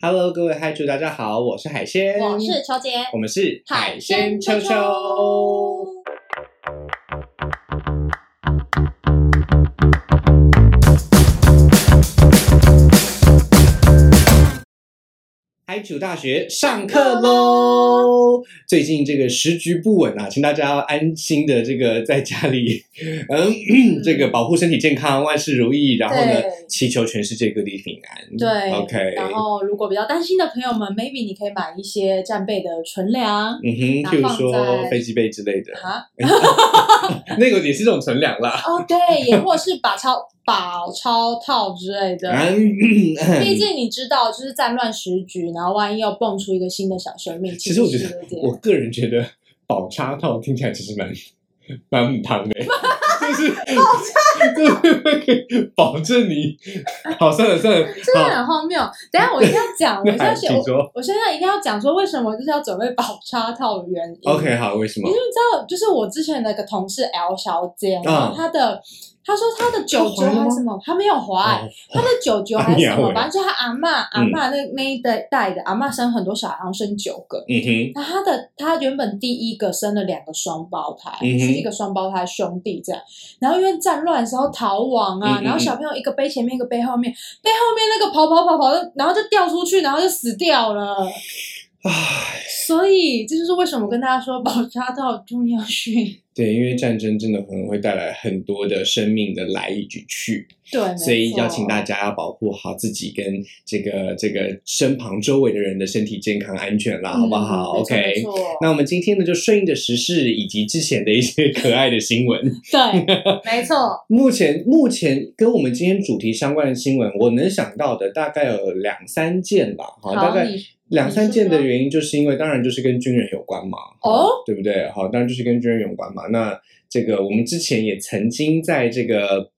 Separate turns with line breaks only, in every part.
Hello，各位嗨主，大家好，我是海鲜，
我是秋姐，
我们是
海鲜秋秋。
嗯海主大学上课喽！最近这个时局不稳啊，请大家要安心的这个在家里，嗯， 这个保护身体健康，万事如意。然后呢
对，
祈求全世界各地平安。
对
，OK，
然后，如果比较担心的朋友们，maybe 你可以买一些战备的存粮
嗯哼，
那
譬如
放
说
在
飞机杯之类的，
啊，
那个也是一种存粮啦。
哦对，也或者是把钞保钞套之类的。
嗯
毕竟你知道，就是战乱时局，然后万一又蹦出一个新的小生命，
其实我觉
是
得
有，点
我个人觉得宝叉套听起来其实蛮蛮母 汤的，就是就是会保证你好算了算了，
真的
好，
很荒谬。等一下我一定要讲，我
那
现在
还
写
请
我
说。
我现在一定要讲说为什么就是要准备保 插套的原因。
OK，好，为什
你
么
知不？知道，就是我之前的一个同事 L 小姐，然
嗯
后她的她说她的九
她怀
九
了吗
还是什么，她没有怀，
哦
她的九九还是什
哎呀喂
么，反正就她阿嬷阿
嗯
嬷那那一代代的阿嬷生很多小孩，好像生九个。
嗯哼，
那她的她原本第一个生了两个双胞胎，
嗯哼
是一个双胞胎兄弟这样。然后因为战乱的时候逃亡
嗯
啊，
嗯嗯
然后小朋友一个背前面一个背后面，背后面那个跑跑跑跑，然后就掉出去，然后就死掉了。
唉，
所以这就是为什么我跟大家说保扎套重要性。
对，因为战争真的可能会带来很多的生命的来与去，
对，
所以要请大
家。
家要保护好自己跟这个这个身旁周围的人的身体健康安全啦，好不好
嗯没错
？OK，
没错
那我们今天呢，就顺应着时事以及之前的一些 可爱的新闻。
对，没错，
目前目前跟我们今天主题相关的新闻，我能想到的大概有两三件吧。 好，大概
你
两三件
你说
的
说
原因，就是因为当然就是跟军人有关嘛，
哦
好，对不对？好，当然就是跟军人有关嘛。那这个我们之前也曾经在这个。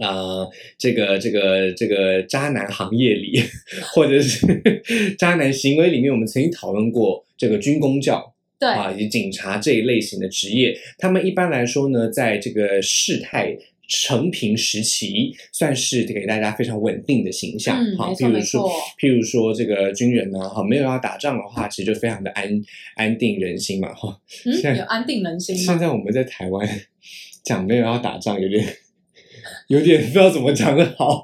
呃，这个这个这个渣男行业里， 或者是 渣男行为里面，我们曾经讨论过这个军工教，
对，嗯
啊，以及警察这一类型的职业，他们一般来说呢，在这个事态成平时期，算是给大家非常稳定的形象。
嗯，
好，
没
譬
错
如
没
说
错，，
譬如说这个军人呢、哈，没有要打仗的话，其实就非常的安安定人心嘛，哈。现在
嗯，有安定人心
现
吗？
在我们在台湾讲没有要打仗，有点。有点不知道怎么讲的 好，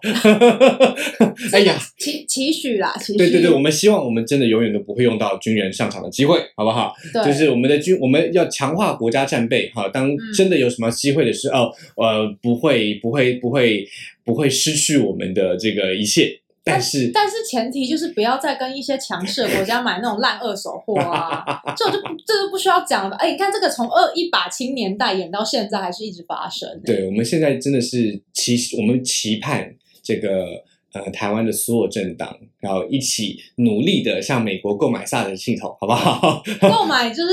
哎呀，
期期许啦，期许，
对对对，我们希望我们真的永远都不会用到军人上场的机会，好不好？
对
就是我们的军，我们要强化国家战备哈。当真的有什么机会的时候，呃，不会不会不会不会失去我们的这个一切。但是，
但是前提就是不要再跟一些强势的国家买那种烂二手 货啊，这我就不这就不需要讲了吧。哎，你看这个从二一把青年代演到现在，还是一直发生。，欸
对我们现在真的是期，我们期盼这个呃台湾的所有政党，然后一起努力的向美国购买萨德系统，好不好？
购买就是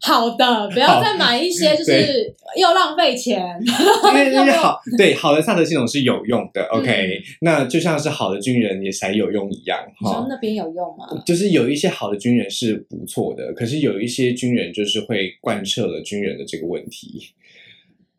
好的，不要再买一些就是又浪费钱。
因为因为好对好的萨德系统是有用的，OK，、那就像是好的军人也才有用一样
你
哈
说。 那边有用吗？
就是有一些好的军人是不错的，可是有一些军人就是会贯彻了军人的这个问题。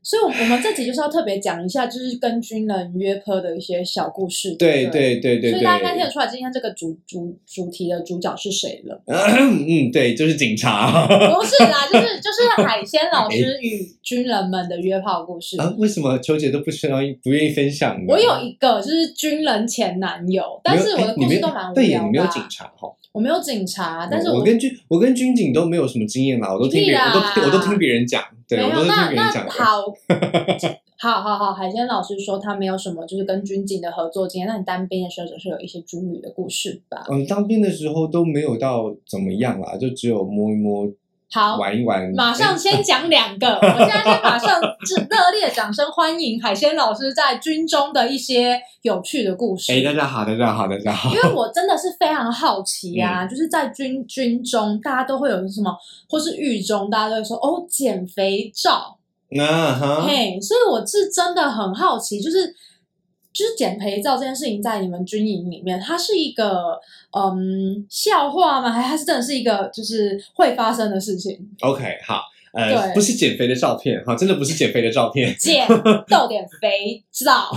所以，我我们这集就是要特别讲一下，就是跟军人约炮的一些小故事。
对
不
对对对对，？
所以大家应该听得出来，今天这个主主主题的主角是谁了
嗯，对，就是警察
不是啦，就是就是海鲜老师与军人们的约炮故事。
哎啊？为什么球姐都不愿意不愿意分享呢？
我有一个就是军人前男友，但是我的
你
故
没
事
有
都
哎
蛮无
对耶，
聊
你没
的
有
啊。
警察哈。
我没有警察，但是
我跟军我跟军警都没有什么经验啦，我都听别人，我
屁啦
都听我都听别人讲，对
没
我
有
都是听
那
别
那
人讲的。
好， 好好好，海鲜老师说他没有什么就是跟军警的合作经验，那你当兵的时候总是有一些军旅的故事吧？
嗯，当兵的时候都没有到怎么样啦，就只有摸一摸，
好，
玩一玩，
马上先讲 两个，我现在先马上热烈掌声欢迎海鲜老师在军中的一些有趣的故事。
哎，大家好，大家好，大家好
因。为我真的是非常好奇啊，
嗯
就是在军军中，大家都会有什么，或是狱中，大家都会说哦，减肥照，
啊哈，
嘿，所以我是真的很好奇，就是就是减肥照这件事情，在你们军营里面，它是一个 嗯笑话吗？还是它是真的是一个就是会发生的事情？
OK，好，呃，
对
不是减肥的照片哈，真的不是减肥的照片。
减豆点肥皂，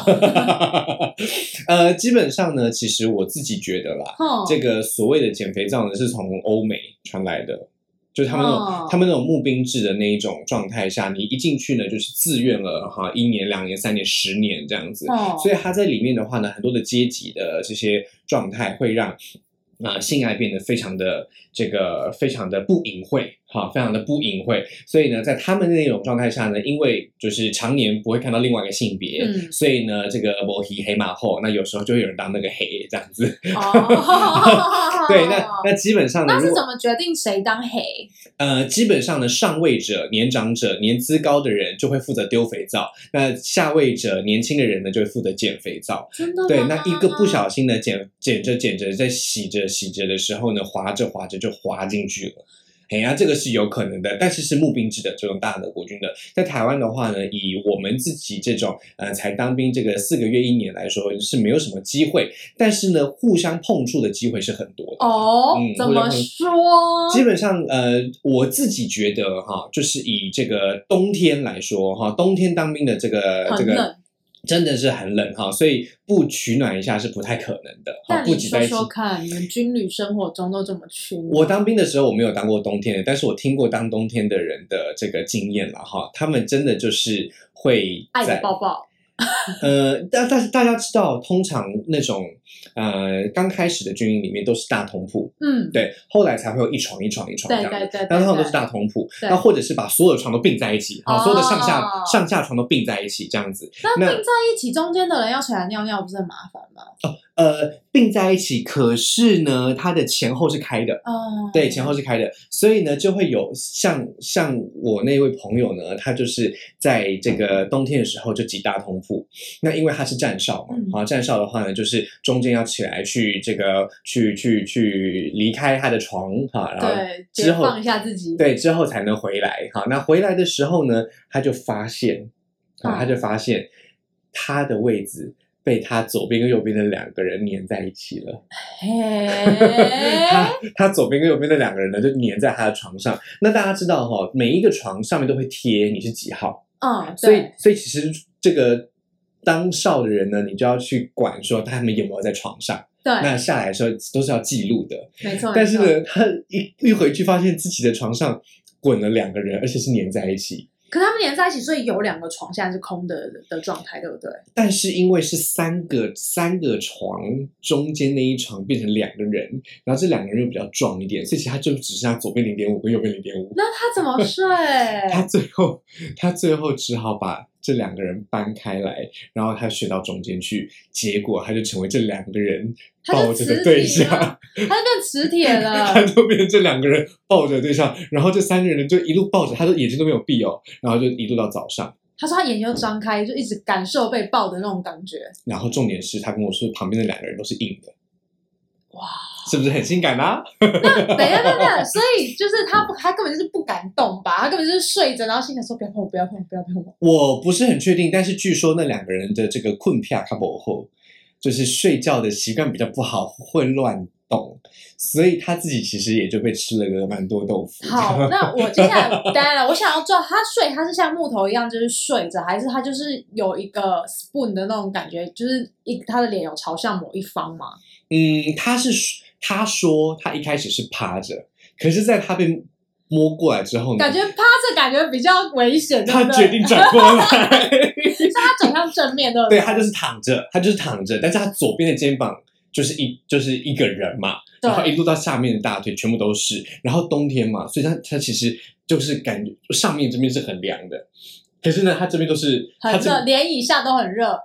呃，基本上呢，其实我自己觉得啦，
哼
这个所谓的减肥皂呢，是从欧美传来的，就是他们那种、
哦
他们那种募兵制的那一种状态下，你一进去呢，就是自愿了哈，一年、两年、三年、十年这样子。
哦
所以它在里面的话呢，很多的阶级的这些状态会让啊、呃性爱变得非常的这个非常的不隐晦，哈、非常的不隐晦。所以呢，在他们那种状态下呢，因为就是常年不会看到另外一个性别，
嗯
所以呢，这个摩黑黑马后，那有时候就会有人当那个黑这样子。
哦
对，那那基本上呢，
那
如
是
果
怎么决定谁当黑？
呃，基本上呢，上位者、年长者、年资高的人就会负责丢肥皂，那下位者、年轻的人呢，就会负责捡肥皂。
真的吗？
对，那一个不小心的剪剪着剪着，在洗着洗着的时候呢，滑着滑着就滑进去了。哎呀，这个是有可能的，但是是募兵制的这种大的国军的。在台湾的话呢，以我们自己这种呃才当兵这个四个月一年来说，是没有什么机会，但是呢，互相碰触的机会是很多的。
哦
嗯，
怎么说？
基本上，呃，我自己觉得哈，就是以这个冬天来说哈，冬天当兵的这个
很
这个
冷
真的是很冷哈，所以不取暖一下是不太可能的。哈，
那
不
你
挤在
说
一起。
说看，你们军旅生活中都怎么去？
我当兵的时候我没有当过冬天的，但是我听过当冬天的人的这个经验了哈，他们真的就是会
爱的
在
抱抱，
呃，但但是大家知道，通常那种呃刚开始的军营里面都是大通铺，
嗯，
对，后来才会有一床一床一床这
对
样
对
子。
对对
但通常都
对
是大通铺，
对
那或者是把所有的床都并在一起，好，所有的上下
哦
上下床都并在一起这样子。
那
那
并在一起中间的人要起来尿尿，不是很麻烦吗？
呃，并在一起，可是呢，它的前后是开的。
哦，
对，前后是开的，所以呢，就会有像像我那位朋友呢，他就是在这个冬天的时候就挤大通铺。那因为他是站哨嘛，
嗯
啊，站哨的话呢，就是中间要起来去这个去去去离开他的床哈、然后
对，
之
解
后
放一下自己，，
对，之后才能回来。好，那回来的时候呢，他就发现，啊，
嗯
他就发现他的位置被他左边跟右边的两个人粘在一起了。他
嘿，
他左边跟右边的两个人呢，就粘在他的床上。那大家知道哈、每一个床上面都会贴你是几号，
嗯，
所以
对，
所以其实这个。当哨的人呢，你就要去管说他们有没有在床上，
对，
那下来的时候都是要记录的。
没错，
但是
没错，
呢，他一一回去发现自己的床上滚了两个人，而且是粘在一起。
可他们连在一起，所以有两个床现在是空的的状态，对不对？
但是因为是三个三个床中间那一床变成两个人，然后这两个人又比较壮一点，所以其实他就只剩下左边零点五跟右边零点五。
那他怎么睡？
他最后他最后只好把这两个人搬开来，然后他睡到中间去，结果他就成为这两个人
他
抱
就
着
磁
的对
铁
象
了，。他就变磁铁了
他。就变成这两个人抱着的对象，然后这三个人就一路抱着，他的眼睛都没有闭哦，然后就一路到早上。
他说他眼睛就张开，就一直感受被抱的那种感觉。
然后重点是他跟我说旁边的两个人都是硬的，
哇！
是不是很性感啊？
等一下，等一下，所以就是他不，他根本就是不敢动吧？他根本就是睡着，然后心想说不要碰我，不要碰我，不要碰我。
我不是很确定，但是据说那两个人的这个困癖卡不后，就是睡觉的习惯比较不好，会乱动，所以他自己其实也就被吃了个蛮多豆腐。
好，那我接下来 当然了，我想要知道他睡，他是像木头一样就是睡着，还是他就是有一个 spoon 的那种感觉，就是一他的脸有朝向某一方嘛？
嗯，他是他说他一开始是趴着，可是在他被摸过来之后呢，
感觉趴着感觉比较危险，对
他
不对？
决定转过 来，
所以他转向正面，对不
对
对？
他就是躺着，他就是躺着，但是他左边的肩膀就是一就是一个人嘛，然后一
对
路到下面的大腿全部都是。然后冬天嘛，所以它它其实就是感觉上面这边是很凉的，可是呢，它这边都是它
很
这
热，连以下都很热，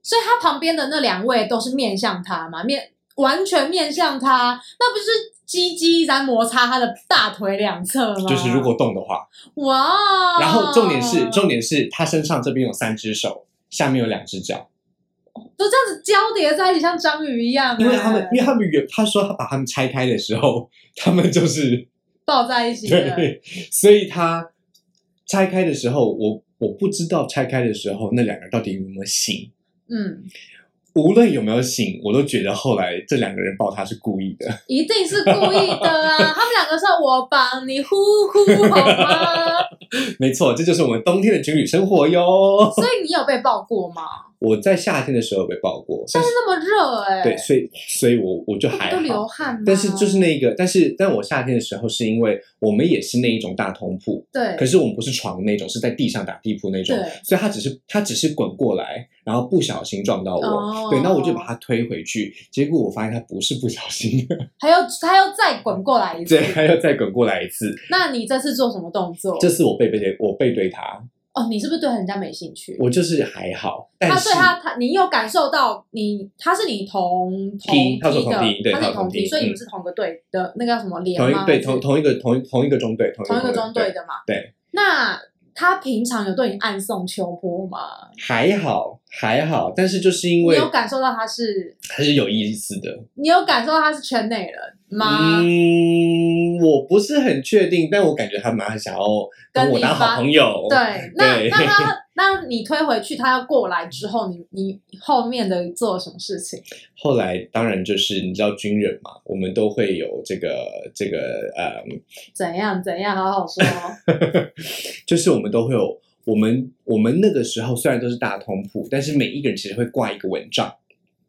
所以他旁边的那两位都是面向他嘛，面完全面向他，那不是鸡鸡在摩擦他的大腿两侧吗？
就是如果动的话。
哇，
然后重点是重点是它身上这边有三只手，下面有两只脚，
都这样子交叠在一起，像章鱼一样欸，
因为他们因为他们原他说他把他们拆开的时候， 他们就是
抱在一起的，
对，所以他拆开的时候，我我不知道拆开的时候那两个人到底有没有醒。
嗯，
无论有没有醒，我都觉得后来这两个人抱他是故意的。
一定是故意的啊！他们两个说：“我帮你呼呼，好吗？”
没错，这就是我们冬天的情侣生活 哟。
所以你有被抱过吗？
我在夏天的时候有被抱过，
但
但
是
是
那么热哎、
对，所以所以我我就
会不
还
都流
好。
汗吗？
但是就是那个，但是但我夏天的时候是因为我们也是那一种大通铺，
对，
可是我们不是床那种，是在地上打地铺那种
对，
所以他只是他只是滚过来，然后不小心撞到我，
哦
对，那我就把他推回去，结果我发现他不是不小心的，
还要还要再滚过来一次
对，。他又再滚过来一次，
那你这次做什么动作？
这次我背背对我背对他，
哦，你是不是对人家没兴趣？
我就是还好，但
他
是
对他他，你有感受到你他是你同同
踢他是我
的，
同踢对
他是
他
你
是同
同
踢
所以你
嗯
们是同个队的那个叫什么联
同
吗？
一对
还是
同同一个同一同一个中队，同
同一个中队
对
的嘛。
对，
那他平常有对你暗送秋波吗？
还好还好，但是就是因
你
为
有感受到他是，
还是有意思的，
你有感受到他是圈内人吗？
嗯，我不是很确定，但我感觉他蛮想要跟
跟
我
你
当
发
好朋友，
对，那
哦对
那他，那你推回去，他要过来之后，你你后面的做了什么事情？
后来当然就是你知道军人嘛，我们都会有这个这个呃，
怎样怎样，好好说。
就是我们都会有我们我们那个时候虽然都是大通铺，但是每一个人其实会挂一个蚊帐，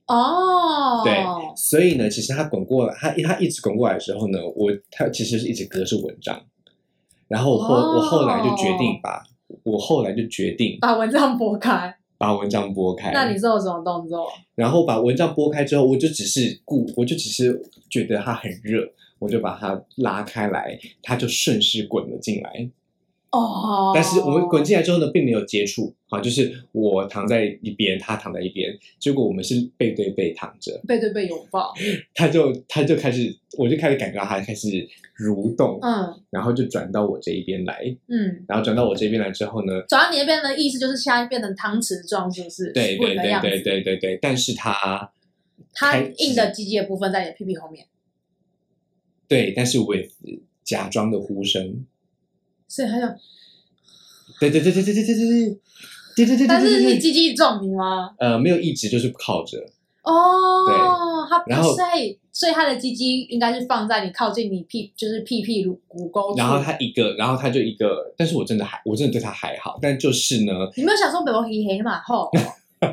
哦，
对所以呢，其实他滚过来，他他一直滚过来的时候呢，我他其实是一直隔着蚊帐，然后我后、
哦
我后来就决定把我后来就决定
把蚊帐拨开。
把蚊帐拨开，
那你做了什么动作？
然后把蚊帐拨开之后，我就只是顾，我就只是觉得它很热，我就把它拉开来，它就顺势滚了进来。
哦，
但是我们滚进来之后呢，并没有接触，啊，就是我躺在一边，它躺在一边，结果我们是背对背躺着，
背对背拥抱。
它就它就开始，我就开始感觉到它开始蠕动，
嗯
然后就转到我这一边来，
嗯，
然后转到我这边来之后呢，
转到你那边的意思就是现在变成汤匙状，是不是？
对对
滚的
对
样子
对对对对，但是它
它
开
硬的鸡鸡的部分在你的屁屁后面，
对，但是我也假装的呼声。
所以它就，
对对对对对对对对对对对对。
但是你
对
鸡鸡撞你吗？
呃没有一直就是靠着，
哦，它
然后
所以所以它的鸡鸡应该是放在你靠近你屁，就是屁屁乳骨沟处。
然后他一个，然后他就一个，但是我真的还我真的对他还好，但就是呢，
你没有想说被我黑黑嘛？吼，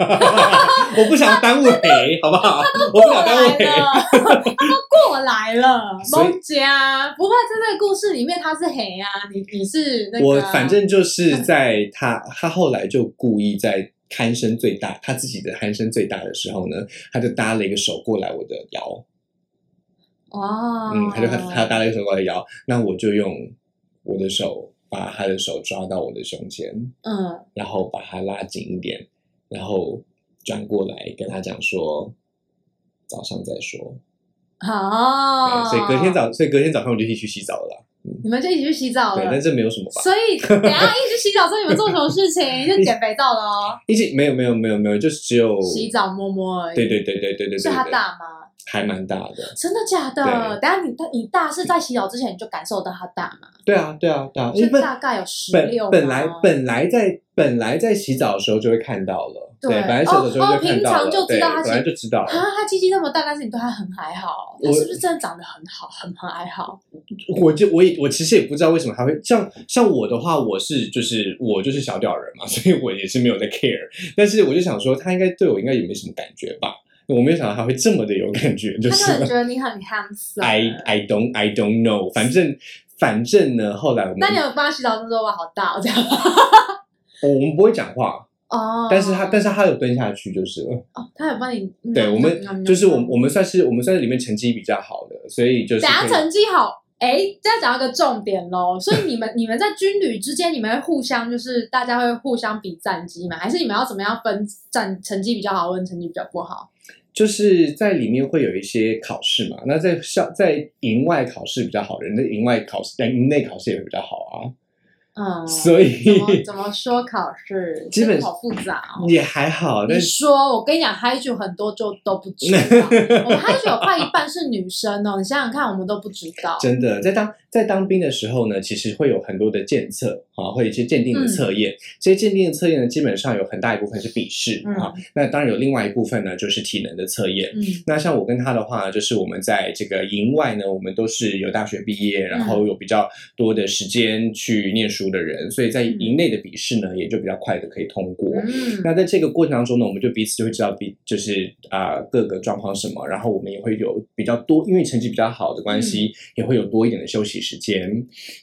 我不想要 耽误谁，好不好？ 我不
过
想
来
耽误谁。
了，它 都过来了，
所以
蒙姐啊，不会在这个故事里面它是黑啊，你你是那个，嗯
我反正就是在他他后来就故意在。鼾声最大，他自己的鼾声最大的时候呢，他就搭了一个手过来我的腰，
哦，
嗯，他就他搭了一个手过来腰，那我就用我的手把他的手抓到我的胸前，
嗯，
然后把它拉紧一点，然后转过来跟他讲说，早上再说。哎
好，
对所以隔天早，所以隔天早上我就一起去洗澡了啦。
你们就一起去洗澡
对，
了
但。这没有什么吧？
所以等一下一起洗澡之后，你们做什么事 情？就减肥到了哦，
一起没有没有没有没有，就是只有
洗。澡摸摸而已。
对对对对对对对，
是他
对，
大吗？
还蛮大的。
真的假的？
对
等一下你大你大是在洗澡之前你就感受到他大吗？
对啊对啊对啊，因
是
为本
大概有十六
本本来本来在本来在洗澡的时候就会看到了，
对
对，本来洗澡的时候就会看到
哦
了，
哦平常就知
对
道他，
本来就知道
啊，。他鸡鸡那么大，但是你对他很还好，他
我
是不是真的长得很好，很很还好？
我就我也我其实也不知道为什么他会像像我的话，我是就是我就是小屌人嘛， 所以我也是没有在 care。但是我就想说，他应该对我应该也没什么感觉吧？我没有想到他会这么的有感觉，就
他
是啊哎
可能觉得你很 handsome。
I I don't I don't know，反正反正呢，后来我们
那你有帮他洗澡的时候哇，好大哦，这样。
我我们不会讲话，
哦，
但是他但是他有蹲下去就是了。
哦，他有帮你。
对我们就是我
嗯
们我们算是我们算是里面成绩比较好的，所以就是
等下
可以
成绩好，哎，这要讲到一个重点喽。所以你们你们在军旅之间，你们会互相就是大家会互相比战绩吗？还是你们要怎么样分战成绩比较好，或者成绩比较不好？
就是在里面会有一些考试嘛，那在校在营外考试比较好，人的营外考试，但营内考试也比较好
嗯
啊，，所以
怎么怎么说考试？
基本
这个好复杂哦。
也还好。
你
但是
说，我跟你讲，嗨剧很多就都不知道，我们嗨剧有快一半是女生哦，你想想看，我们都不知道。
真的在当在当兵的时候呢，其实会有很多的检测啊，会有一些鉴定
嗯
的测验。这些鉴定的测验呢，基本上有很大一部分是笔试、
嗯
啊，那当然有另外一部分呢，就是体能的测验。
嗯
那像我跟他的话，就是我们在这个营外呢，我们都是有大学毕业，然后有比较多的时间去念书的人，所以在营内的笔试呢，也就比较快的可以通过。
嗯
那在这个过程当中呢，我们就彼此就会知道彼就是啊、呃各个状况什么，然后我们也会有比较多，因为成绩比较好的关系，也会有多一点的休息时间，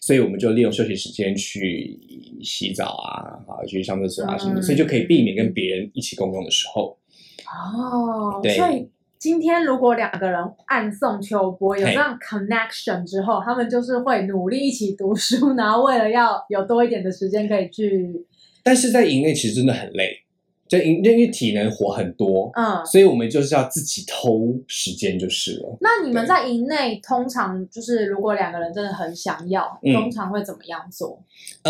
所以我们就利用休息时间去洗澡啊，啊去上厕所啊什么的，
嗯
所以就可以避免跟别人一起共用的时候。
哦，
对
所以今天如果两个人暗送秋波有
嘿
这样 connection 之后，他们就是会努力一起读书，然后为了要有多一点的时间可以去，
但是在营内其实真的很累，就营因为体能活很多，
嗯，
所以我们就是要自己偷时间就是了。
那你们
对
在营内通常就是如果两个人真的很想要，
嗯
通常会怎么样做？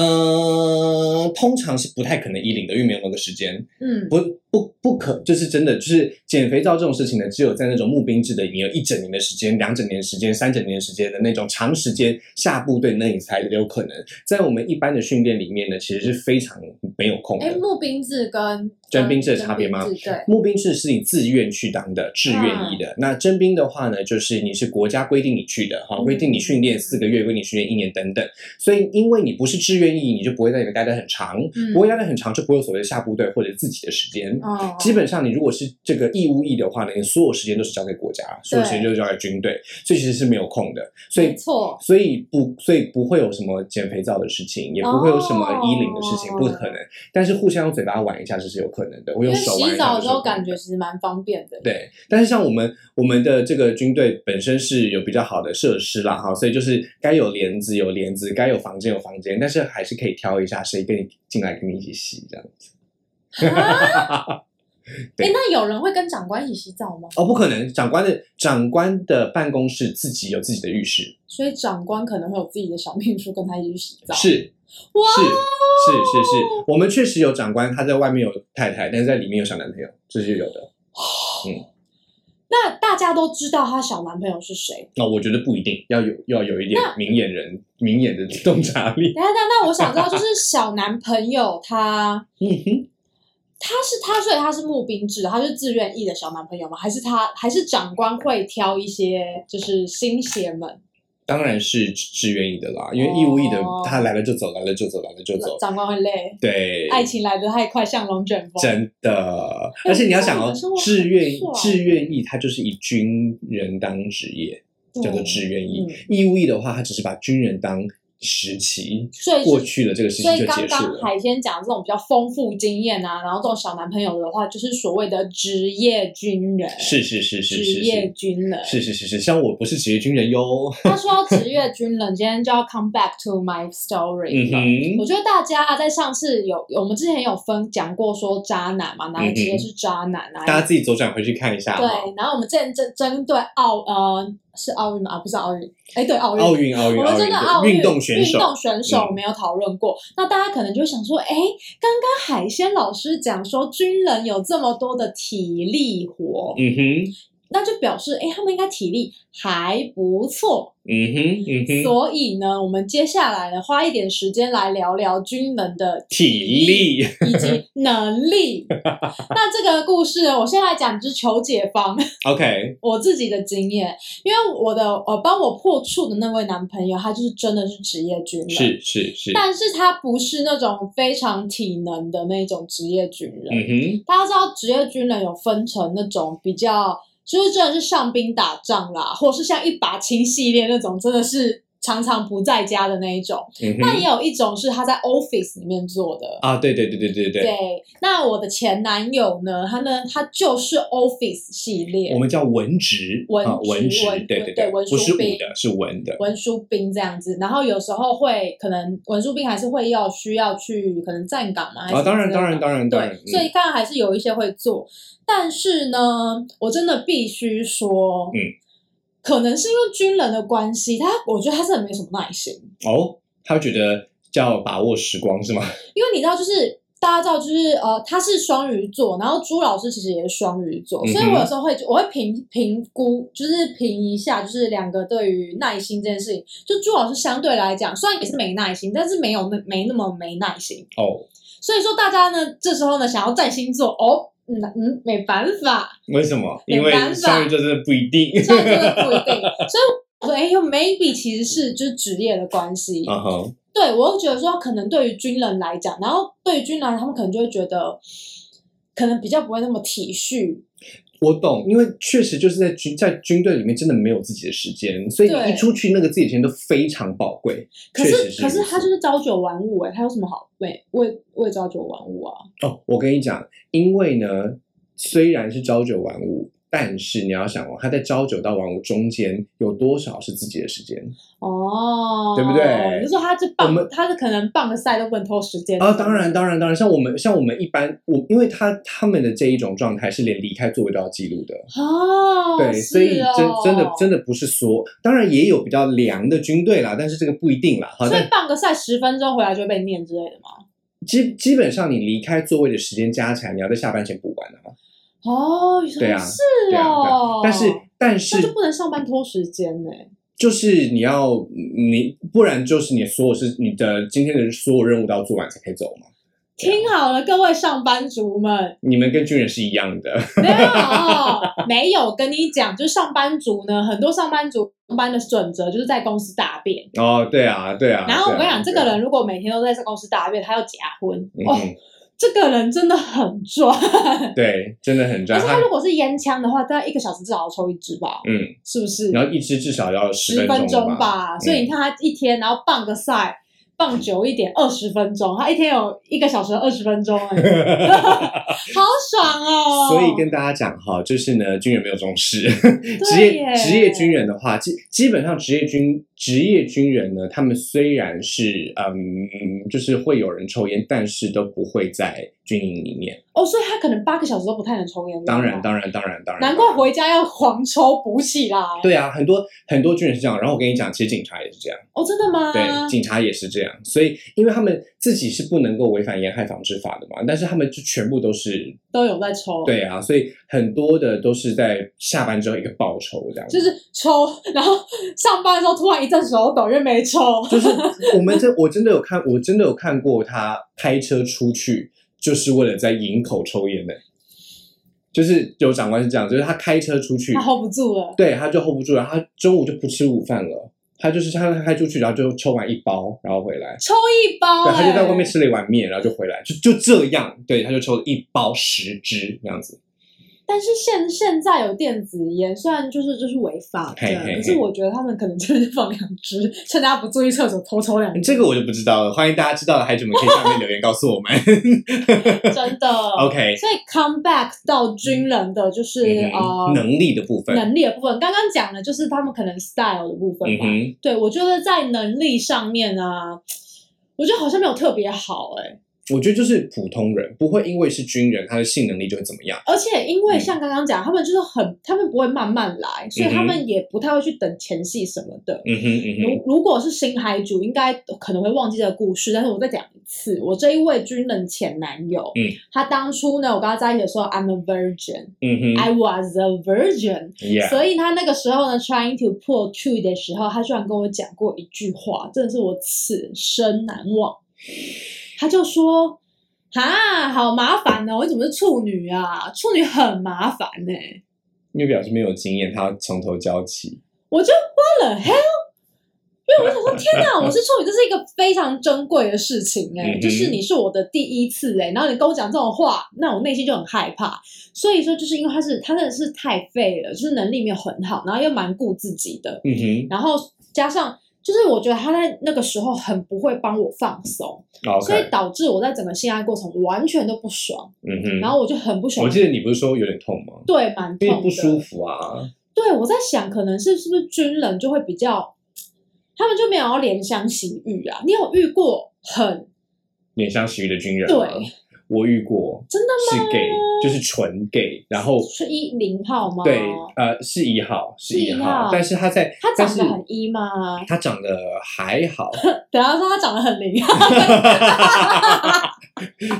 呃，通常是不太可能一领的，因为没有那个时间。
嗯，
不不不可，就是真的，就是减肥皂这种事情呢，只有在那种募兵制的，你有一整年的时间、两整年的时间、三整年的时间的那种长时间下部队，那你才有可能。在我们一般的训练里面呢，其实是非常没有空
哎，
的。
募兵制跟
征兵制的差别吗
征兵制对，
募兵制是你自愿去当的，志愿役
嗯
的。那征兵的话呢，就是你是国家规定你去的，哈，
嗯
规定你训练四个月，规定你训练一年等等。所以，因为你不是志愿役，你就不会在里面待得很长，
嗯
不会待得很长，就不会有所谓的下部队或者自己的时间。
哦，
基本上，你如果是这个义务役的话呢，你所有时间都是交给国家，所有时间都是交给军队，所以其实是没有空的。所以
没，错，
所以不，所以不会有什么减肥皂的事情，也不会有什么衣领的事情，
哦
不可能。但是互相用嘴巴玩一下，这是有可能的。我
因
用
为
手玩
洗
一下
澡
就
之
是有
后
可能
感觉其实蛮方便的。
对，但是像我们我们的这个军队本身是有比较好的设施啦，哈，所以就是该有帘子有帘子，该有房间有房间，但是还是可以挑一下谁跟你进来跟你一起洗这样。对
哎，那有人会跟长官一起洗澡吗？
哦，不可能，长官的长官的办公室自己有自己的浴室。
所以长官可能会有自己的小秘书跟他一起去洗澡。
是，
哇
是是是是，我们确实有长官，他在外面有太太，但是在里面有小男朋友，这是有的。
那大家都知道她小男朋友是谁。
那、哦我觉得不一定要有要有一点明眼人明眼的洞察力。
等一下，那那我想知道，就是小男朋友他
嗯哼，
他是他，所以他是募兵制的，他是自愿役的小男朋友吗？还是他还是长官会挑一些就是新血们？
当然是志愿意的啦，因为义务役的
哦
他来了就走，来了就走，来了就走。
长官会累，
对，
爱情来得太快，像龙卷风。
真的，
哎
而且你要想
我
哦
觉得我，很
志愿
不错啊
志愿役它就是以军人当职业，
对
叫做志愿役
嗯。
义务役的话，它只是把军人当时期
所以是
过去了，这个事情
所以
就
刚
结束
刚
了。
海鲜讲的这种比较丰富经验啊，然后这种小男朋友的话，就是所谓的职业军人，
是是是是
职
是
业
是。
军人，
是是是是，像我不是职业军人哟。
他说到职业军人，今天就要 come back to my
嗯
story 了。
哼，
我觉得大家啊，在上次有我们之前有分讲过说渣男
嗯
嘛，哪个职业是渣男啊？
大家自己左转回去看一下哈。
对，然后我们之前针针对奥呃是奥运吗？啊，不是奥运，哎，对奥运。
奥运奥运
我们这个
奥
奥
运
运
运动选手
运，动选手
嗯
没有讨论过，那大家可能就会想说，哎，刚刚海鲜老师讲说军人有这么多的体力活，
嗯哼，
那就表示，哎，他们应该体力还不错，
嗯哼，嗯哼，
所以呢，我们接下来呢，花一点时间来聊聊军人的
体力
以及能力。那这个故事呢，我先来讲，就是求解方
，OK，
我自己的经验，因为我的呃帮我破处的那位男朋友，他就是真的是职业军人，
是是是，
但是他不是那种非常体能的那种职业军人。
嗯哼，
大家知道职业军人有分成那种比较，就是真的是上兵打仗啦，或是像一把青系列那种，真的是常常不在家的那一种。
嗯
那
哼，
也有一种是他在 office 里面做的。
啊，对对对对对对，
对，那我的前男友呢？他呢？他就是 Office 系列
我们叫文职，
文
啊
职
文职，
文
对
文
对，
对文
不是
书
武
兵
的，是文的，
文书兵这样子，然后有时候会可能文书兵还是会要需要去可能站岗嘛，还是
啊，当然
怎么
当
样
然当然当然，
对，所以
嗯
当然还是有一些会做，但是呢，我真的必须说，
嗯，
可能是因为军人的关系，他我觉得他真的没什么耐心，
哦，他觉得叫把握时光是吗？
因为你知道，就是大家知道，就是呃，他是双鱼座，然后朱老师其实也是双鱼座，
嗯
所以我有时候会我会评评估，就是评一下，就是两个对于耐心这件事情，就朱老师相对来讲，虽然也是没耐心，但是没有那没那么没耐心，
哦，
所以说大家呢，这时候呢想要占星座哦。嗯嗯，没办法，
为什么？
没
因为
办法
双鱼座真的不一 定。
这样真的不一 定。所以我说，哎、呦 m a y b e 其实是就是职业的关系。
嗯哼，
对我又觉得说，可能对于军人来讲，然后对于军人，他们可能就会觉得，可能比较不会那么体恤。
我懂，因为确实就是在军在军队里面真的没有自己的时间，所以
对
一出去那个自己的时间都非常宝贵。
可
确实
是
是
可是
如
他
此
就是朝九晚五哎、他有什么好？对，我也我也朝九晚五啊。
哦，我跟你讲，因为呢，虽然是朝九晚五，但是你要想哦，他在朝九到晚五中间有多少是自己的时间？
哦，
对不对
你是说他这
我
棒
们，
他是可能棒个赛都不能偷时间
啊，当然，当然，当然，像我们像我们一般，我因为他他们的这一种状态是连离开座位都要记录的。
哦，
对，所以
是哦
真真的真的不是说，当然也有比较凉的军队啦，但是这个不一定啦。好，
所以
但
棒个赛十分钟回来就会被念之类的嘛。
基基本上你离开座位的时间加起来，你要在下班前补完啊。
哦，原
对
来
啊
是
对啊，对啊
哦。
但是但是
那就不能上班拖时间呢、
就是你要你不然就是你所有事你的今天的所有任务都要做完才可以走嘛。
听好了，各位上班族们，
你们跟军人是一样的，
没有，没有跟你讲，就是上班族呢，很多上班族上班的准则就是在公司大便。
哦，对啊，对啊。
然后我
对
跟
啊
你讲，这个，人如果每天都在这公司大便，他要假婚
对啊
哦
嗯，哼，
这个人真的很赚。
对，真的很
但
赚。
是他
他
如果是烟枪的话，大概一个小时至少要抽一支吧，
嗯，
是不是？
然后一支至少要
十
分
分
吧。
钟
嗯
吧。所以你看他一天，然后棒个赛，棒久一点，二十分钟，他一天有一个小时二十分钟、哎， 好爽哦！
所以跟大家讲哈，就是呢，军人没有这种事。职
对耶
业职业军人的话，基基本上职业军职业军人呢，他们虽然是嗯，就是会有人抽烟，但是都不会在军营里面。
哦，所以他可能八个小时都不太能抽烟。
当然，
对吧
当然，当然，当然。
难怪回家要狂抽补起来。
对啊，很多很多军人是这样。然后我跟你讲，其实警察也是这样，
哦，真的吗？
对，警察也是这样。所以，因为他们自己是不能够违反《沿害防治法》的嘛，但是他们就全部都是
都有在抽。。
对啊，所以很多的都是在下班之后一个报酬这样子。
就是抽，然后上班的时候突然一阵手抖，因为没抽。
就是我们这我真的有看，我真的有看过他开车出去，就是为了在营口抽烟的、就是有长官是这样，就是他开车出去
他，hold 不住了，
对，他就 hold 不住了，他中午就不吃午饭了，他就是他开出去，然后就抽完一包，然后回来，
抽一包、
对，
哎
他就在外面吃了一碗面，然后就回来，就就这样，对，他就抽了一包十支这样子，
但是现现在有电子烟，虽然就是就是违法的，
嘿嘿嘿
可是我觉得他们可能就是放两支，趁大家不注意厕所偷抽两支。
这个我就不知道了，欢迎大家知道的孩子们可以下面留言告诉我 们。
真的
OK，
所以 come back 到军人的就是、
嗯
呃
哼能力的部分，
能力的部分，刚刚讲的就是他们可能 style 的部分
嗯
吧。
哼，
对，我觉得在能力上面啊，我觉得好像没有特别好哎、
我觉得就是普通人不会因为是军人，他的性能力就会怎么样。
而且因为
嗯
像刚刚讲，他们就是很，他们不会慢慢来，所以他们也不太会去等前戏什么的。
嗯哼嗯
如如果是新海主，应该可能会忘记这个故事，但是我再讲一次，我这一位军人前男友，
嗯，
他当初呢，我跟他在一起的时候，I'm a virgin，、
嗯
I was a virgin，
，Yeah，
哎所以他那个时候呢，trying to pull through 的时候，他居然跟我讲过一句话，真的是我此生难忘。他就说：“啊，好麻烦哦，你怎么是处女啊？处女很麻烦欸呢、
因为表示没有经验，他要从头教起。
我就 what the hell？因为我就想说，天哪，我是处女，这是一个非常珍贵的事情哎、
嗯哼
就是你是我的第一次哎、然后你跟我讲这种话，那我内心就很害怕。所以说，就是因为他是他真的是太废了，就是能力没有很好，然后又蛮顾自己的，
嗯哼
然后加上就是我觉得他在那个时候很不会帮我放松，所以
，OK，
导致我在整个性爱过程完全都不爽，
嗯哼。
然后我就很不喜
我
欢。
记得你不是说有点痛吗？
对，蛮
因为
痛
不舒
的。
服啊。
对，我在想，可能是是不是军人就会比较，他们就没有要怜香惜玉啊？你有遇过很
怜香惜玉的军人，
对，
我遇过，
真的
是
吗？哦
gay，就是纯 gay，然后
是一零号吗？
对，呃，是一号，是一
是一号
但是他在，
他
但
长
是
得很一吗？
他长得还好，
等一下 说他长得很灵，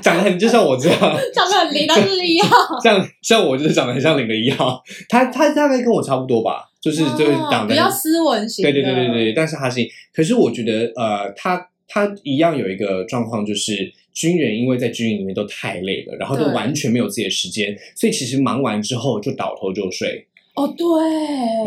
长得很就像我这样，
长得很灵，但是一号。
像像我就是长得很像领的一号，他他大概跟我差不多吧，就是就是
哦
长得
比较斯文型的。
对对对对对，但是他是，可是我觉得呃，他他一样有一个状况，就是军人因为在军营里面都太累了，然后都
对
完全没有自己的时间，所以其实忙完之后就倒头就睡。
哦，对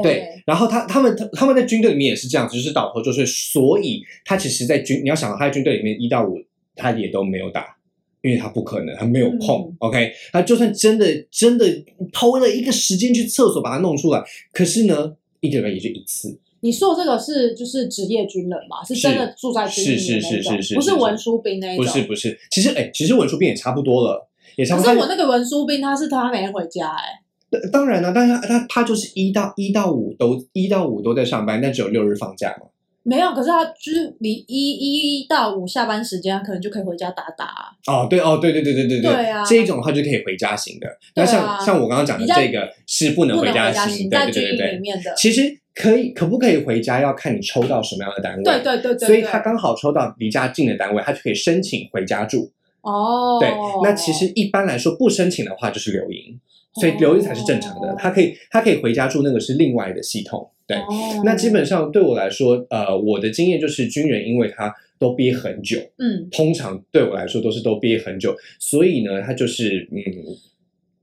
对，，然后他他们他他们在军队里面也是这样子，就是倒头就睡，所以他其实，在军你要想他在军队里面一到五他也都没有打。因为他不可能，他没有空、
嗯
o k 他就算真的真的偷了一个时间去厕所把它弄出来，可是呢，一个礼拜也就一次，
你说的这个是就是职业军人嘛？是真的住在军营
是
的
是
那种
是是是
不
是
是文书兵那一
不
种。
是不是，其实哎、其实文书兵也差不多了，也差
可
不
是
多。
我那个文书兵，他是他每天回家哎、
但当然了、但是他他他就是一到一到五都一到五都在上班，但只有六日放假嘛。
没有，可是他就是离一一到五下班时间，他可能就可以回家打打啊。
哦，对哦，对对对对对
对啊
这一种的话就可以回家型的。那像、
对啊
像我刚刚讲的
比较
这个是不能
不能
回
家
型，对
在
对
军
对对
营里
对。
面的。
其实可以可不可以回家要看你抽到什么样的单位。
对对对对对，
所以他刚好抽到离家近的单位，他就可以申请回家住。
哦，
对，那其实一般来说不申请的话就是留营，所以留营才是正常的。
哦
他可以他可以回家住，那个是另外的系统。对，
哦
那基本上对我来说，呃，我的经验就是军人，因为他都憋很久，
嗯，
通常对我来说都是都憋很久，所以呢，他就是嗯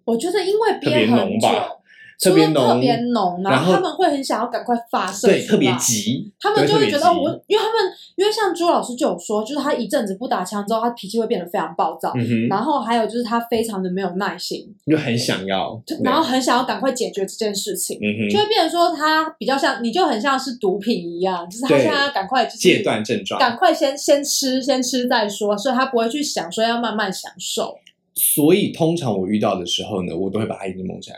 我觉得因为
特别
憋很
浓
久
吧，
除
特
了
别
特
浓，
别浓，
然
然
后
后他们会很想要赶快发射，
对特别。急，
他们就
特别
会觉得
急
我，因为他们因为像朱老师就有说，就是他一阵子不打枪之后，他脾气会变得非常暴躁，
嗯哼，
哦然后还有就是他非常的没有耐心，
就很想要
就，
对
然后很想要赶快解决这件事情，
嗯
就
哼，
会变成说他比较像，你就很像是毒品一样，就是他
对
现在要赶快就是
戒断症状，
赶快先先吃，先吃再说，所以他不会去想说要慢慢享受。
所以通常我遇到的时候呢，我都会把他眼睛蒙起来。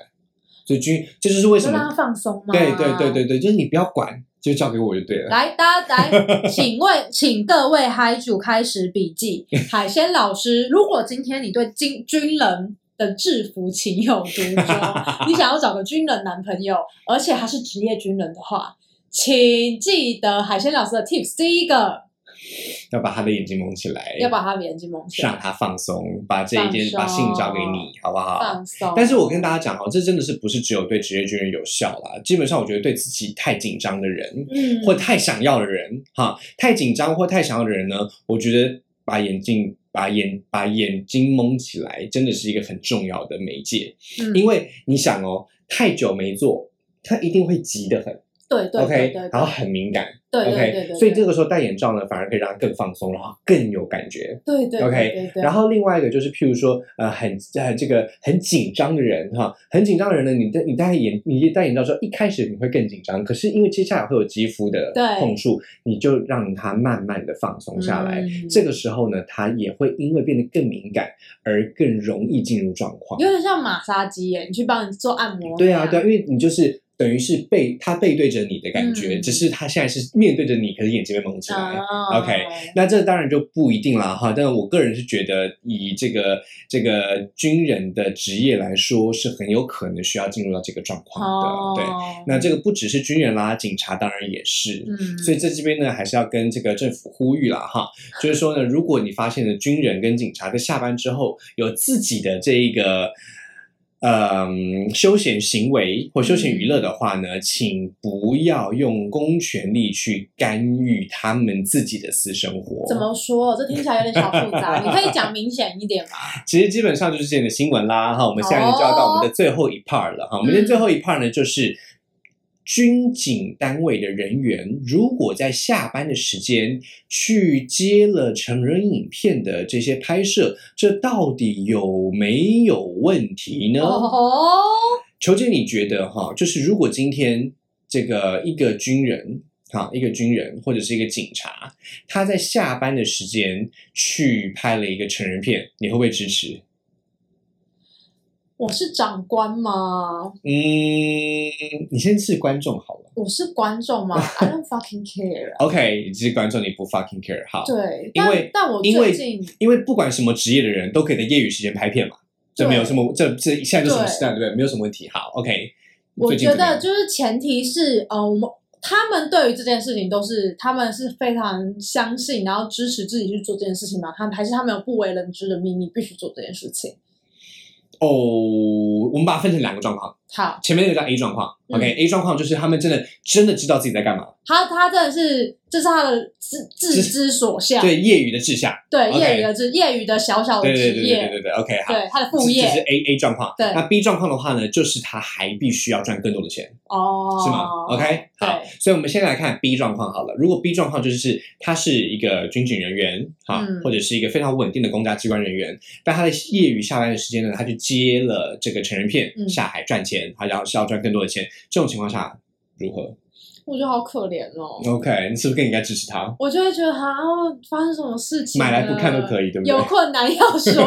所以军，这就是为
就
什
让他
么，
放松嘛。
对对对对对，就是你不要管，就交给我就对了。
来，大家来，请问， 请各位海主开始笔 记。海鲜老师，如果今天你对军军人的制服情有 独钟，你想要找个军人男朋友，而且还是职业军人的话，请记得海鲜老师的 tips。第一
哎
个，
要把他的眼睛蒙起来，
要把他的眼睛蒙起
让
来，
他放松，把这一件
放松
把性交给你，好不好？
放松。
但是我跟大家讲哦，这真的是不是只有对职业军人有效啦？基本上我觉得对自己太紧张的人，
嗯，
或太想要的人，哈，太紧张或太想要的人呢，我觉得把眼镜、把眼、把眼睛蒙起来，真的是一个很重要的媒介。
嗯
因为你想哦，太久没做，他一定会急得很
对对对
，OK，
对
然后很敏感
对对对对
，OK，
对，
所以这个时候戴眼罩呢，反而可以让他更放松，然后更有感觉。
对对
OK，
对对对，
然后另外一个就是，譬如说，呃，很呃这个很紧张的人哈，很紧张的人呢，你戴你戴眼你戴眼罩之后，一开始你会更紧张，可是因为接下来会有肌肤的
对
碰触，你就让它慢慢的放松下来。
嗯
这个时候呢，它也会因为变得更敏感而更容易进入状况。
有点像马杀鸡耶，你去帮你做按摩那
对
样。
啊，对啊，因为你就是等于是背它背对着你的感觉，
嗯
只是它现在是面对着你，可是眼睛被蒙起来。
哦
OK 那这当然就不一定啦哈，但我个人是觉得，以这个这个军人的职业来说，是很有可能需要进入到这个状况的。
哦，
对，那这个不只是军人啦，警察当然也是。
嗯，
所以在这边呢，还是要跟这个政府呼吁啦哈，就是说呢，如果你发现了军人跟警察在下班之后有自己的这一个。嗯，休闲行为或休闲娱乐的话呢，
嗯
请不要用公权力去干预他们自己的私生活。
怎么说？这听起来有点小复 杂，你可以讲明显一点吗？
其实基本上就是这样的新闻啦，哈，我们现在就要到我们的最后一 part 了哈。嗯我们的最后一 part 呢，就是军警单位的人员如果在下班的时间去接了成人影片的这些拍摄，这到底有没 有问题呢？
哦，
求姐，你觉得哈，就是如果今天这个一个军人哈，一个军人或者是一个警察，他在下班的时间去拍了一个成人片，你会不会支持？
我是长官吗？
嗯，你先是观众好了。
我是观众吗？I don't fucking care 啊。
OK，你是观众，你不 fucking care 好，
对，
因
但
为
但我
因为
最近
因为不管什么职业的人都可以在业余时间拍片嘛，这没有
对
什么，这这现在就什么
对
时代对不对？没有什么问题。好，OK，
我
最近
觉
怎么
得
样
就是前提是，呃，我们他们对于这件事情都是他们是非常相信，然后支持自己去做这件事情嘛。他们还是他们有不为人知的秘密，必须做这件事情。
哦，我们把它分成两个状况，
好，
前面那个叫 A 状况
嗯
，OK，A 状况就是他们真的真的知道自己在干嘛，
他他真的是这是他的志
这
志
是
之所向，
对业余的志向，
对
OK
业余的志业余的小小的
对对
职
对对对
业，
对对，OK，好，
对他的
这
副
这是
业
A A 状况。
对
那 B 状况的话呢，就是他还必须要赚更多的钱，
哦，
是吗？OK，好
对，，
所以我们先来看 B 状况好了。如果 B 状况就是他是一个军警人员啊，
嗯
或者是一个非常稳定的公家机关人员，但他的业余下班的时间呢，他去接了这个成人片，
嗯
下海赚钱，他要是要赚更多的钱。这种情况下如何
我觉得好可怜哦，
？OK，你是不是更应该支持他？
我就会觉得哈、啊，发生什么事情了？
买来不看都可以，对不对
有困难要 说。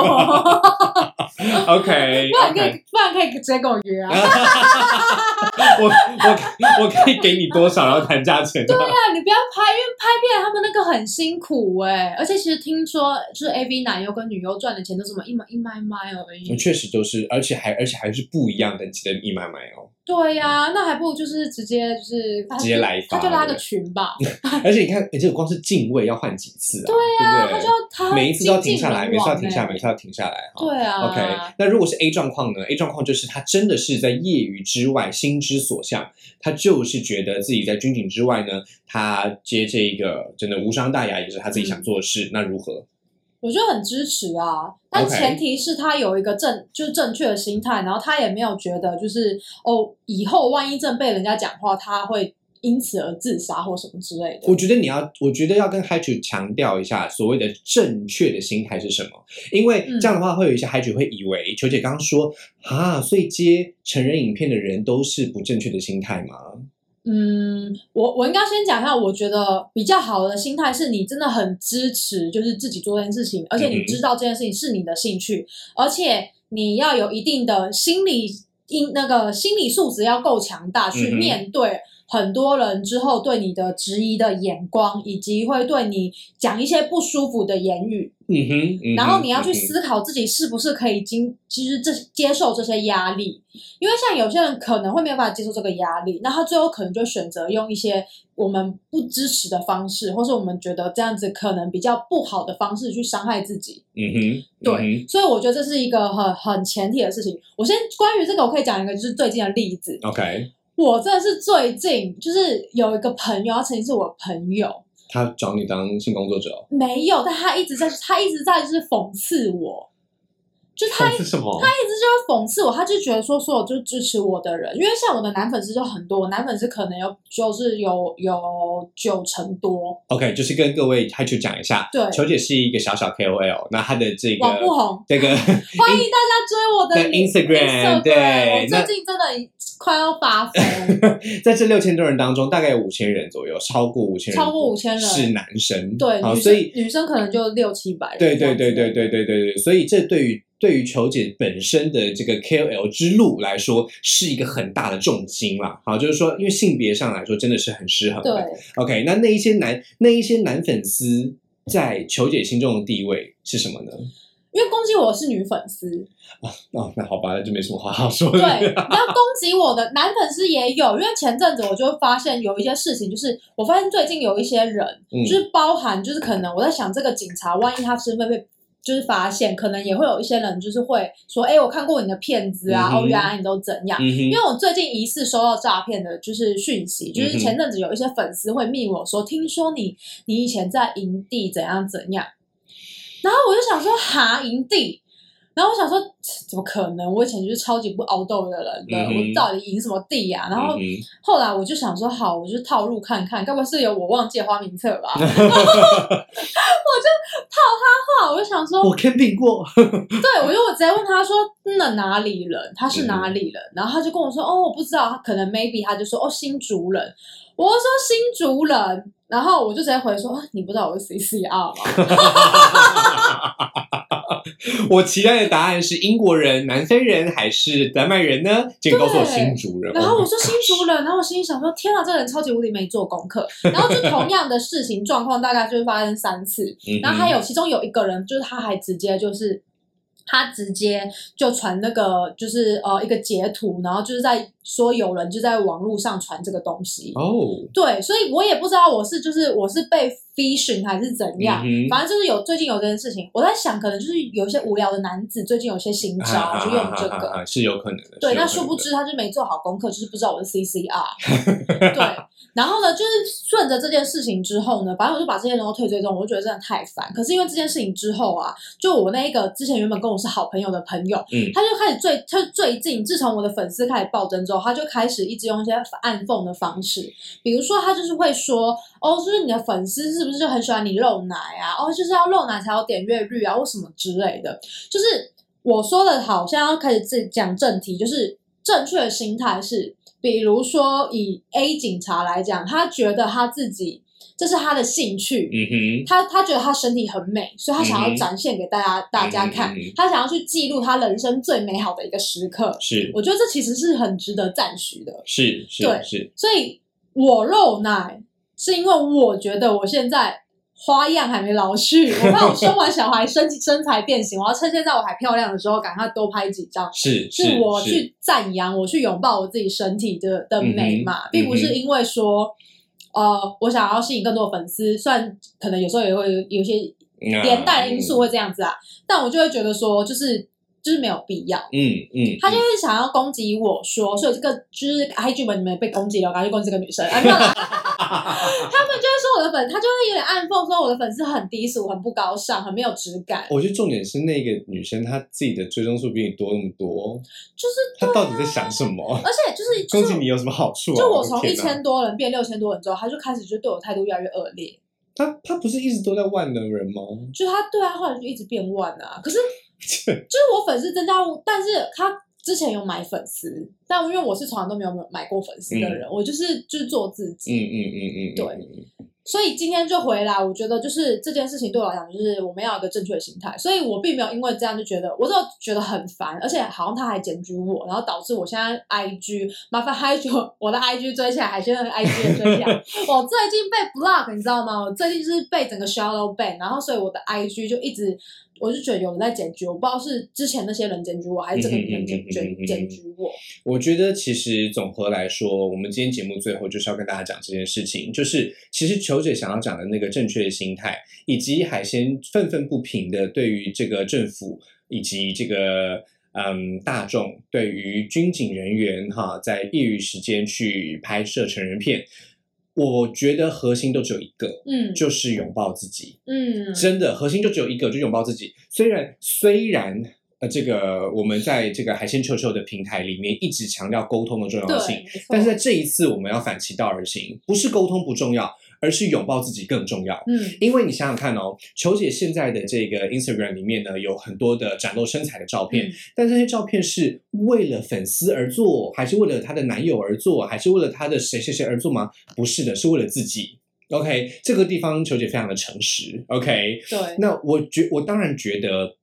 ？OK，
不然可
OK
以，不然可以直接跟我约啊！
我我我可以给你多少，然后谈价钱、
对啊，你不要拍，因为拍片他们那个很辛苦哎、而且其实听说就是 A V 男优跟女优赚的钱都是什么一毛一麦麦而已。
确实都是，而且还而且还是不一样等级的义卖买哦。
对呀、那还不如就是直接就是
直接来一发
他就拉
对
个群吧。
而且你看，你欸这个光是进位要换几次啊？对
啊，
不
他
对
就要他
每一次都要停
精尽
下来，
人
每次要
亡
停下来，
欸
每次要停下来哈。
对啊
OK，那如果是 A 状况呢？A 状况就是他真的是在业余之外，心之所向，他就是觉得自己在军警之外呢，他接这一个真的无伤大雅，也是他自己
嗯
想做的事。那如何？
我觉得很支持啊，但
OK
前提是他有一个正就是正确的心态，然后他也没有觉得就是哦，以后万一真被人家讲话，他会因此而自杀或什么之类的。
我觉得你要，我觉得要跟 h i g h 强调一下所谓的正确的心态是什么，因为这样的话会有一些 h i g h 会以为球姐刚刚说啊，所以接成人影片的人都是不正确的心态吗？
嗯，我我应该先讲一下，我觉得比较好的心态是你真的很支持，就是自己做这件事情，而且
嗯
你
哼
知道这件事情是你的兴趣，而且你要有一定的心理因那个心理素质要够强大，去
嗯哼
面对很多人之后对你的质疑的眼光，以及会对你讲一些不舒服的言语，
嗯哼，嗯哼
然后你要去
嗯哼
思考自己是不是可以经，就是这接受这些压力，因为像有些人可能会没有办法接受这个压力，那他最后可能就选择用一些我们不支持的方式，或是我们觉得这样子可能比较不好的方式去伤害自己。
嗯哼，
对
嗯
所以我觉得这是一个很很前提的事情。我先关于这个，我可以讲一个就是最近的例子，
哼，OK，
我真的是最近就是有一个朋友，他曾经是我的朋友，
他找你当性工作者哦，
没有，但他一直在他一直在就是讽刺我，就他
是什么？
他一直就会讽刺我，他就觉得说所有就支持我的人，因为像我的男粉丝就很多，我男粉丝可能有就是有有九成多，
OK，就是跟各位还去讲一下，
对，
球姐是一个小小 KOL，那她的这
网不
个
红。
这个
欢迎大家追我的
在 Instagram，
Instagram，
对
我
那
最近真的快要发疯，
在这六千多人当中，大概有五千人左右，超过五千人，
超过5000人
是男生，
对，
好，
女
所
生
以
女生可能就六七百人这
对
样子，
对对对对对对对，所以这对于对于球姐本身的这个 KOL 之路来说，是一个很大的重金啦。好，就是说，因为性别上来说，真的是很失衡的。
对。
OK，那那一些男那一些男粉丝在球姐心中的地位是什么呢？
因为攻击我是女粉 丝，
哦，那好吧，那就没什么话好说
对，
了。
你要攻击我的男粉丝也有，因为前阵子我就发现有一些事情，就是我发现最近有一些人，
嗯
就是包含就是可能我在想，这个警察万一他身份被就是发现，可能也会有一些人就是会说，哎、我看过你的片子啊，
嗯哼
哦，原来你都怎样。
嗯
因
哼，
为我最近疑似收到诈骗的，就是讯息，
嗯
就
哼
是前阵子有一些粉丝会密我说，听说你你以前在营地怎样怎样，然后我就想说，哈，营地，然后我想说，怎么可能？我以前就是超级不熬斗的人的，
嗯哼
我到底赢什么地呀、然后
嗯哼
后来我就想说，好，我就套路看看，该不会是有我忘记的花名册 吧？然后我就套他话，我就想说，
我 camping 过，
对，我就我直接问他说，那哪里人？他
嗯
是哪里人？然后他就跟我说，哦，我不知道，他可能 maybe 他就说，哦，新竹人。我就说新竹人，然后我就直接回说，啊你不知道我是 CCR 吗？
我期待的答案是英国人、南非人还是丹麦人呢？请告诉我
对
新竹人。
然后
Oh
我
my
说新竹人，然后我心里想说，天啊，这个人超级无敌没做功课。然后就同样的事情状况，大概就是发生三次。
嗯哼
然后还有其中有一个人，就是他还直接就是。他直接就传那个，就是呃一个截图，然后就是在说有人就在网络上传这个东西。
哦，
对，所以我也不知道我是就是我是被 phishing 还是怎样，
嗯哼
反正就是有最近有这件事情，我在想可能就是有一些无聊的男子最近有些新招，
啊
就用这个。
啊啊啊是有可能的。
对，
是有可能
那
的
殊不知他就没做好功课，就是不知道我是 CCR。对，然后呢，就是顺着这件事情之后呢，反正我就把这些人都退追踪，我就觉得真的太烦。可是因为这件事情之后啊，就我那一个之前原本跟我是好朋友的朋友，
嗯
他就开始最他最近自从我的粉丝开始暴增之后，他就开始一直用一些暗讽的方式，比如说他就是会说，哦，就是你的粉丝是不是就很喜欢你露奶啊？哦，就是要露奶才有点阅率啊，或什么之类的，就是我说的好像要开始自讲正题，就是正确的心态是，比如说以 A 警察来讲，他觉得他自己这是他的兴趣，
嗯哼，
他他觉得他身体很美，所以他
嗯
想要
哼
展现给大家、大家看，
嗯嗯嗯
他想要去记录他人生最美好的一个时刻。
是
我觉得这其实是很值得赞许的。
是是
对
是，
所以我露奶是因为我觉得我现在花样还没老去，我怕我生完小孩身身材变形，我要趁现在我还漂亮的时候，赶快多拍几张。
是
是我
是
去赞扬，我去拥抱我自己身体的的美嘛
嗯哼，
并不
嗯
是
哼
因为说，呃，我想要吸引更多的粉丝，虽然可能有时候也会有有一些
嗯啊
连带的因素，会这样子啊，但我就会觉得说，就是就是没有必要。
嗯嗯嗯，
他就是想要攻击我说，所以这个就是 IG 们你们被攻击了，我赶快去攻击这个女生。啊，没有 啦，他们就会说我的粉，他就会有点暗讽说我的粉丝很低俗、很不高尚、很没有质感，
我觉得重点是那个女生她自己的追踪数比你多那么多，
就是
她
对
到
啊
底在想什么？
而且 就是
攻
就
击
是
你有什么好处啊？
就我
的
从
天
一
哪
千多人变六千多人之后，他就开始就对我态度越来越恶劣，
她她不是一直都在万能人吗？
就他对他后来就一直变万啊。可是
嗯
就是我粉丝增加，但是他之前有买粉丝，但因为我是从来都没有买过粉丝的人，我就是就是做自
嗯
己，
嗯嗯嗯，嗯
对所以今天就回来，我觉得就是这件事情对我来讲，就是我们要有一个正确的心态。所以我并没有因为这样就觉得，我就觉得很烦，而且好像他还检举我，然后导致我现在 IG 麻烦 IG 我的 IG 追起来，海鲜的 IG 也追起来。我最近被 block，你知道吗？我最近就是被整个 shadow ban，然后所以我的 IG 就一直，我就觉得有人在检举我，不知道是之前那些人检举我，还是这个人
嗯嗯
检
嗯嗯嗯嗯
检检举我。
我觉得其实总和来说，我们今天节目最后就是要跟大家讲这件事情，就是其实求者想要讲的那个正确的心态，以及海鲜愤愤不平的对于这个政府以及这个。嗯，大众对于军警人员哈，在业余时间去拍摄成人片，我觉得核心都只有一个，
嗯
就是拥抱自己。
嗯，
真的核心就只有一个，就拥抱自己。虽然虽然呃，这个我们在这个海鲜球球的平台里面一直强调沟通的重要
对
性，
没错，
但是在这一次我们要反其道而行，不是沟通不重要，而是拥抱自己更重要。
嗯
因为你想想看哦，球姐现在的这个 Instagram 里面呢，有很多的展露身材的照片，
嗯
但这些照片是为了粉丝而做，还是为了她的男友而做，还是为了她的谁谁谁而做吗？不是的，是为了自己。OK，这个地方球姐非常的诚实。OK，
对。
那我觉我当然觉得。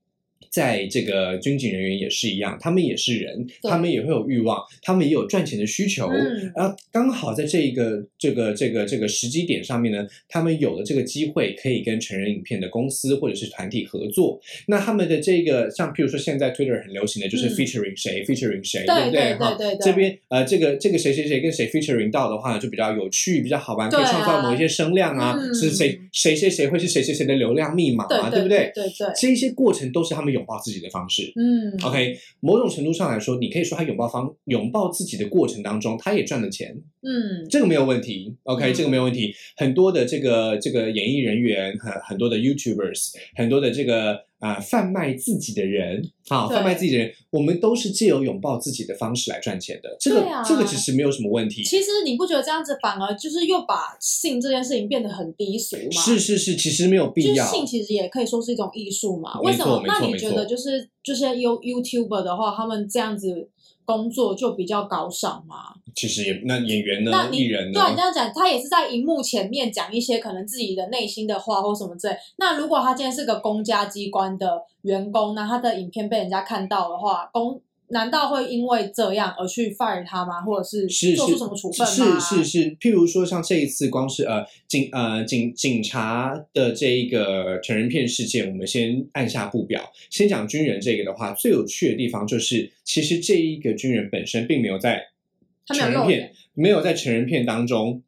在这个军警人员也是一样，他们也是人，
对
他们也会有欲望，他们也有赚钱的需求。
嗯
然后呃刚好在这一个这个这个这个时机点上面呢，他们有了这个机会，可以跟成人影片的公司或者是团体合作。那他们的这个像，譬如说现在 Twitter 很流行的就是
嗯
featuring 谁、featuring 谁，
对
不
对
哈
对对对
这边呃，这个这个谁谁谁跟谁 featuring 到的话，就比较有趣，比较好玩，可以
对啊
创造某一些声量啊，
嗯
是谁谁谁谁会是谁谁谁的流量密码
对
啊，
对
不对？
对对，
这一些过程都是他们拥抱自己的方式。
嗯
OK，某种程度上来说，你可以说他拥抱方拥抱自己的过程当中，他也赚了钱，
嗯
这个没有问题。OK，、
嗯
这个没有问题。很多的这个这个演艺人员，很很多的 YouTubers，很多的这个啊、贩卖自己的人，好
对
贩卖自己的人，我们都是借由拥抱自己的方式来赚钱的。这个、
对啊
这个其实没有什么问题。
其实你不觉得这样子反而就是又把性这件事情变得很低俗吗？
是，是是，其实没有
就
必
是
要。
性其实也可以说是一种艺术嘛。
没错
为什么？
没错
那你
没错
觉得就是这些 You YouTuber 的话，他们这样子工作就比较高尚嘛。
其实也那演员呢
那，你
艺人呢
对，啊，你这样讲，他也是在荧幕前面讲一些可能自己的内心的话或什么之类。那如果他今天是个公家机关的员工，那他的影片被人家看到的话，公难道会因为这样而去 fire 他吗？或者是
是
做出
是
什么处分吗？
是是是，譬如说像这一次，光是呃警呃警警察的这一个成人片事件，我们先按下不表。先讲军人这个的话，最有趣的地方就是，其实这一个军人本身并没有在
他没有
成人
露
片
脸，
没有在成人片当中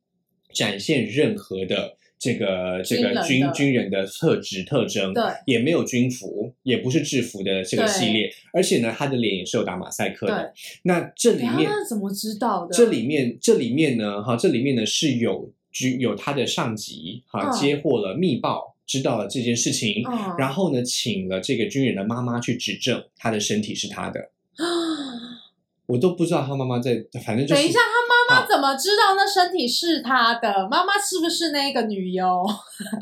展现任何的。这个这个军
军人的
军人的特质特征，
对，
也没有军服，也不是制服的这个系
对
列，而且呢，他的脸也是有打马赛克的
对。啊
那这里
然后
面
哎他怎么知道的？
这里面这里面呢，哈，这里面呢是有居有他的上级哈、
嗯
接获了密报，知道了这件事情，
嗯，
然后呢，请了这个军人的妈妈去指证他的身体是他 的。我都不知道他妈妈在，反正就是
等一下，他妈
好
妈怎么知道那身体是他的？妈妈是不是那个女优？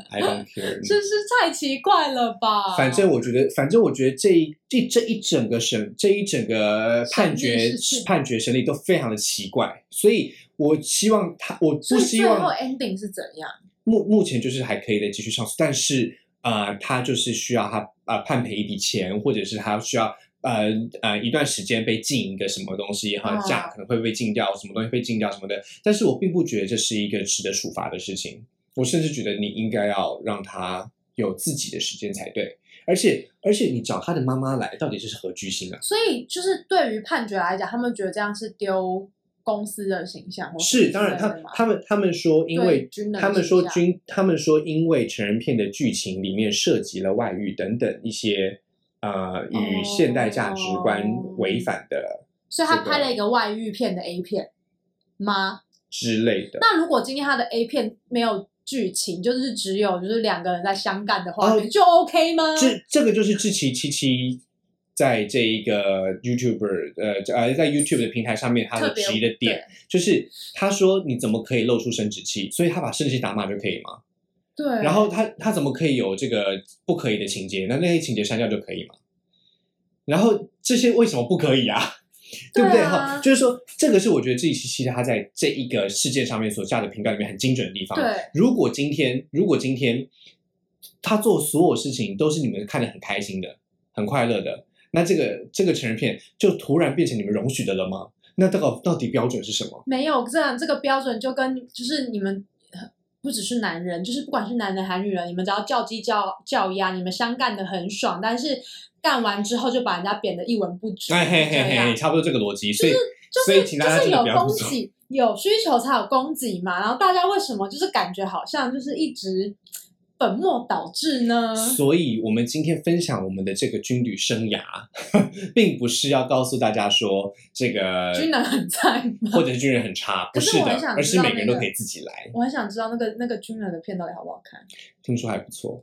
，I don't care。
真 是太奇怪了吧！
反正我觉得，反正我觉得这一这这一整个审这一整个判决
审理事情
判决审理都非常的奇怪，所以我希望他，我
所
不
以
希
最后
望
ending 是怎样？
目目前就是还可以再继续上诉，但是呃，他就是需要他呃判赔一笔钱，或者是他需要呃呃一段时间被禁一个什么东西哈，
哦
假可能会被禁掉，什么东西被禁掉什么的。但是我并不觉得这是一个值得处罚的事情，我甚至觉得你应该要让他有自己的时间才对。而且而且你找他的妈妈来，到底这是何居心啊？
所以就是对于判决来讲，他们觉得这样是丢公司的形象或
是，当然他
们
他们他们说，因为
军人
他们说
形象
军，他们说因为成人片的剧情里面涉及了外遇等等一些呃与现代价值观
哦
违反的
所以他拍了一个外遇片的 A 片吗？
之类的。
那如果今天他的 A 片没有剧情，就是只有就是两个人在相干的画面，
哦
就 OK 吗？
这这个就是志奇七七在这一个 YouTuber 呃呃在 YouTube 的平台上面他
特
的
别
质疑的点，就是他说你怎么可以露出生殖器？所以他把生殖器打码就可以吗？
对，对
然后他他怎么可以有这个不可以的情节？那那些情节删掉就可以嘛？然后这些为什么不可以啊？ 对不对
对啊
哈、就是说，这个是我觉得这一期期他在这一个事件上面所下的评断里面很精准的地方。
对
如果今天，如果今天他做所有事情都是你们看得很开心的、很快乐的，那这个这个成人片就突然变成你们容许的了吗？那到底到底标准是什么？
没有这样这个标准，就跟就是你们。呃不只是男人，就是不管是男人还是女人，你们只要叫鸡叫叫鸭，你们相干的很爽，但是干完之后就把人家贬得一文不值，
哎嘿
这
嘿
样
嘿，差不多这个逻辑。所以，
就是
所以请大家
就
真
是
的
有
不要
供
这么做
给，有需求才有供给嘛。然后大家为什么就是感觉好像就是一直本末倒置呢？
所以，我们今天分享我们的这个军旅生涯， 并不是要告诉大家说这个
军人很在吗？
或者是军人很差，不
可是
的
我很，想
而
知
是
道
每个人都
那个
可以自己来。
我很想知道那个那个军人的片到底好不好看。
听说还不错，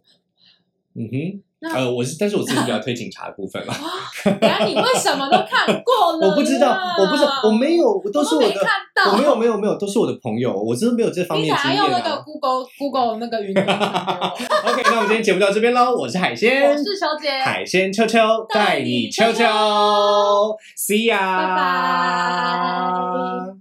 嗯哼，
那、
呃，我是，但是我自己比较推警察的部分 啦。
啊等一下你为什么都看过 了？
我不知道，我不知道，我没有，我都是
我
我
没
的，
看到，
我没有，没有，没有，都是我的朋友，我真的没有这方
你
面的
想
经
要用
验
那个
啊。
Google Google 那个云给我
OK，那我们今天节目到这边喽，我是海鲜
我，是小姐，
海鲜秋秋带
带
你
你
秋
秋
秋
秋
，See ya，
拜拜。